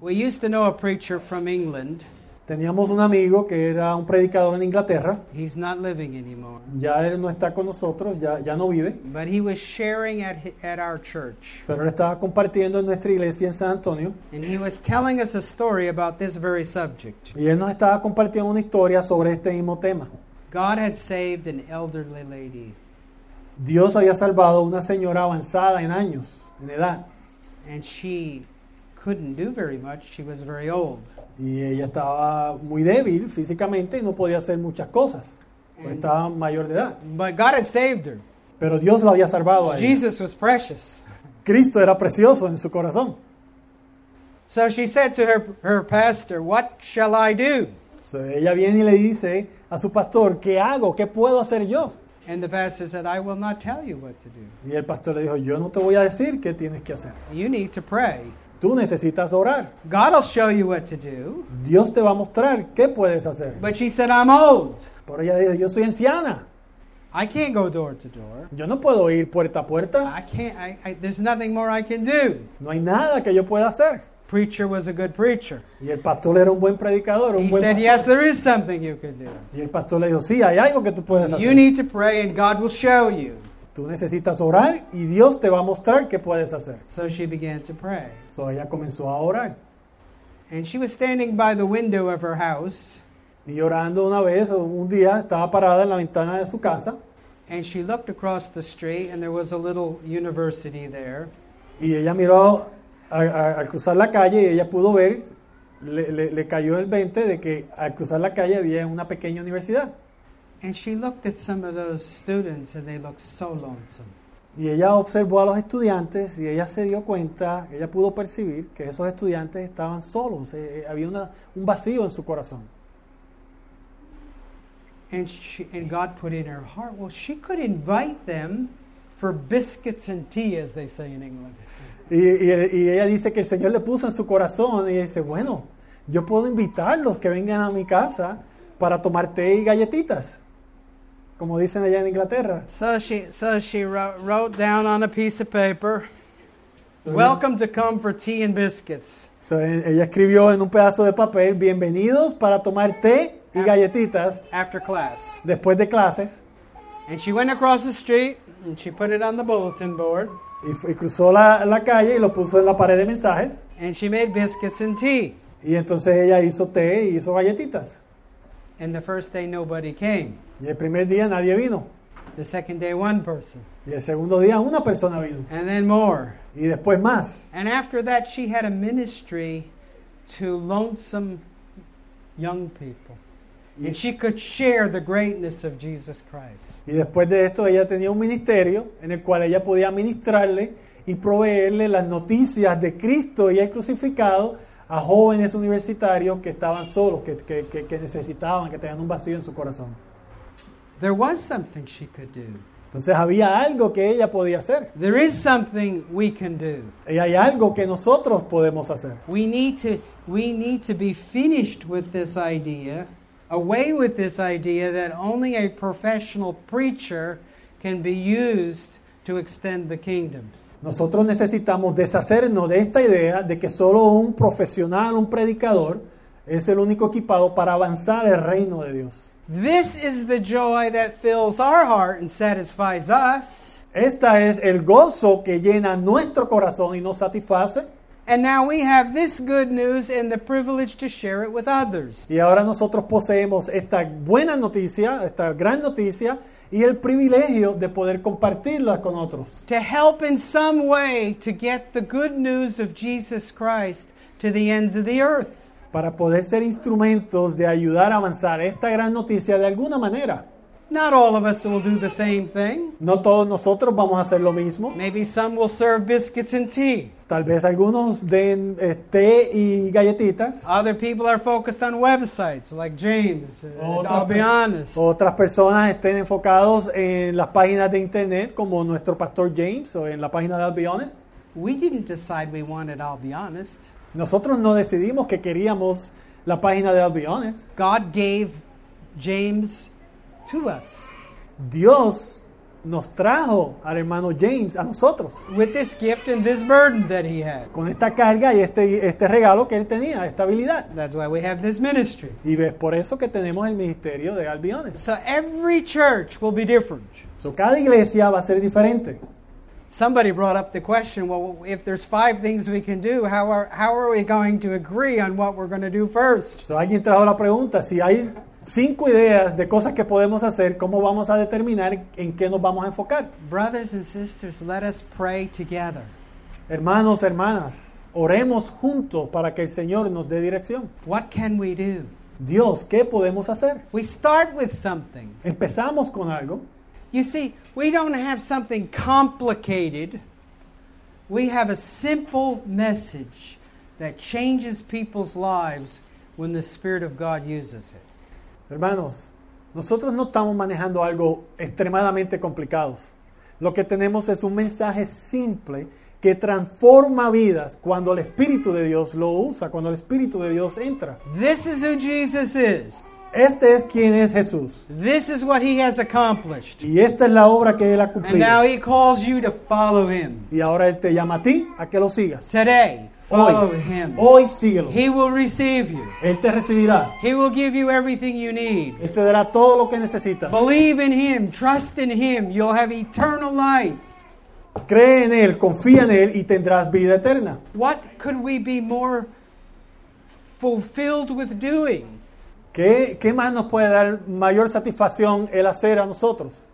We used to know a preacher from England. Teníamos un amigo que era un predicador en Inglaterra, He's not living anymore. ya él no está con nosotros, ya, ya no vive, But he was sharing at, hi- at our church. pero él estaba compartiendo en nuestra iglesia en San Antonio And he was telling us a story about this very subject. y él nos estaba compartiendo una historia sobre este mismo tema. God had saved an elderly lady, Dios había salvado a una señora avanzada en años, en edad, and she couldn't do very much. She was very old. y ella estaba muy débil físicamente y no podía hacer muchas cosas, pues estaba mayor de edad, But God had saved her. pero Dios la había salvado a ella. Jesus was precious. Cristo era precioso en su corazón. So she said to her, her pastor, What shall I do? So, ella viene y le dice a su pastor, ¿qué hago? ¿Qué puedo hacer yo? And the pastor said, I will not tell you what to do. Y el pastor le dijo, yo no te voy a decir qué tienes que hacer. You need to pray. Tú necesitas orar. God will show you what to do. Dios te va a mostrar qué puedes hacer. But she said, I'm old. Pero ella dijo, yo soy anciana. I can't go door to door. Yo no puedo ir puerta a puerta. I can't, I, I, there's nothing more I can do. No hay nada que yo pueda hacer. Preacher was a good preacher. Y el pastor era un buen predicador, un He buen said, pastor. Yes, there is something you can do. Y el pastor le dijo, sí, hay algo que tú puedes You hacer. need to pray, and God will show you. Tú necesitas orar y Dios te va a mostrar qué puedes hacer. So she began to pray. So ella comenzó a orar. And she was standing by the window of her house, Y orando una vez, un día, estaba parada en la ventana de su casa and she looked across the street, and there was a little university there. y ella miró a- a- al cruzar la calle y ella pudo ver, le, le- le cayó el 20 de que al cruzar la calle había una pequeña universidad. And she looked at some of those students, and they looked so lonesome. Y ella observó a los estudiantes y ella se dio cuenta, ella pudo percibir que esos estudiantes estaban solos, eh, eh, había una- un vacío en su corazón. And, she, and God put in her heart, well, she could invite them for biscuits and tea, as they say in England. Y, y- y ella dice que el Señor le puso en su corazón y ella dice, bueno, yo puedo invitarlos que vengan a mi casa para tomar té y galletitas, como dicen allá en Inglaterra. So she, so she wrote, wrote down on a piece of paper, Welcome to come for tea and biscuits. So, e- ella escribió en un pedazo de papel, bienvenidos para tomar té y galletitas after class. después de clases. And she went across the street and she put it on the bulletin board Y, fu- y cruzó la, la calle y lo puso en la pared de mensajes. and she made biscuits and tea. Y entonces ella hizo té y hizo galletitas. And the first day nobody came. Y el primer día nadie vino. The second day one person Y el segundo día una persona vino. and then more. Y después más. And after that she had a ministry to lonesome young people. And she could share the greatness of Jesus Christ. Y después de esto ella tenía un ministerio en el cual ella podía ministrarle y proveerle las noticias de Cristo y el crucificado a jóvenes universitarios que estaban solos, que, que- que- que necesitaban, que tenían un vacío en su corazón. There was something she could do. Entonces había algo que ella podía hacer. There is something we can do. Y hay algo que nosotros podemos hacer. We need to we need to be finished with this idea, away with this idea that only a professional preacher can be used to extend the kingdom. Nosotros necesitamos deshacernos de esta idea de que solo un profesional, un predicador, es el único equipado para avanzar el reino de Dios. This is the joy that fills our heart and satisfies us. Esta es el gozo que llena nuestro corazón y nos satisface. And now we have this good news and the privilege to share it with others. Y ahora nosotros poseemos esta buena noticia, esta gran noticia, y el privilegio de poder compartirla con otros. To help in some way to get the good news of Jesus Christ to the ends of the earth. Para poder ser instrumentos de ayudar a avanzar esta gran noticia de alguna manera. Not all of us will do the same thing. No todos nosotros vamos a hacer lo mismo. Maybe some will serve biscuits and tea. Tal vez algunos den eh, té y galletitas. Other people are focused on websites like James. and I'll be pers- honest. otras personas estén enfocados en las páginas de internet, como nuestro pastor James o en la página de Albiones. We didn't decide we wanted I'll be honest. Nosotros no decidimos que queríamos la página de Albiones. God gave James to us. Dios nos trajo al hermano James, a nosotros, with this gift and this burden that he had. con esta carga y este, este regalo que él tenía, esta habilidad. That's why we have this ministry. Y ves por eso que tenemos el ministerio de Albiones. So every church will be different. So, cada iglesia va a ser diferente. Somebody brought up the question, well, if there's five things we can do, how are, how are we going to agree on what we're going to do first? So, alguien trajo la pregunta, si hay cinco ideas de cosas que podemos hacer, ¿cómo vamos a determinar en qué nos vamos a enfocar? Brothers and sisters, let us pray together. Hermanos, hermanas, oremos juntos para que el Señor nos dé dirección. What can we do? Dios, ¿qué podemos hacer? We start with something. Empezamos con algo. You see, we don't have something complicated. We have a simple message that changes people's lives when the Spirit of God uses it. Hermanos, nosotros no estamos manejando algo extremadamente complicado. Lo que tenemos es un mensaje simple que transforma vidas cuando el Espíritu de Dios lo usa, cuando el Espíritu de Dios entra. This is who Jesus is. Este es quien es Jesús This is what he has accomplished. y esta es la obra que Él ha And now cumplido. he calls you to follow him. Y ahora Él te llama a ti a que lo sigas. Today, follow Hoy, him. hoy síguelo. He will receive you. Él te recibirá. He will give you everything you need. Él te dará todo lo que necesitas. Believe in him, trust in him. You'll have eternal life. Cree en Él, confía en Él y tendrás vida eterna. What could we be more fulfilled with doing? ¿Qué, qué más nos puede dar mayor satisfacción el hacer a nosotros?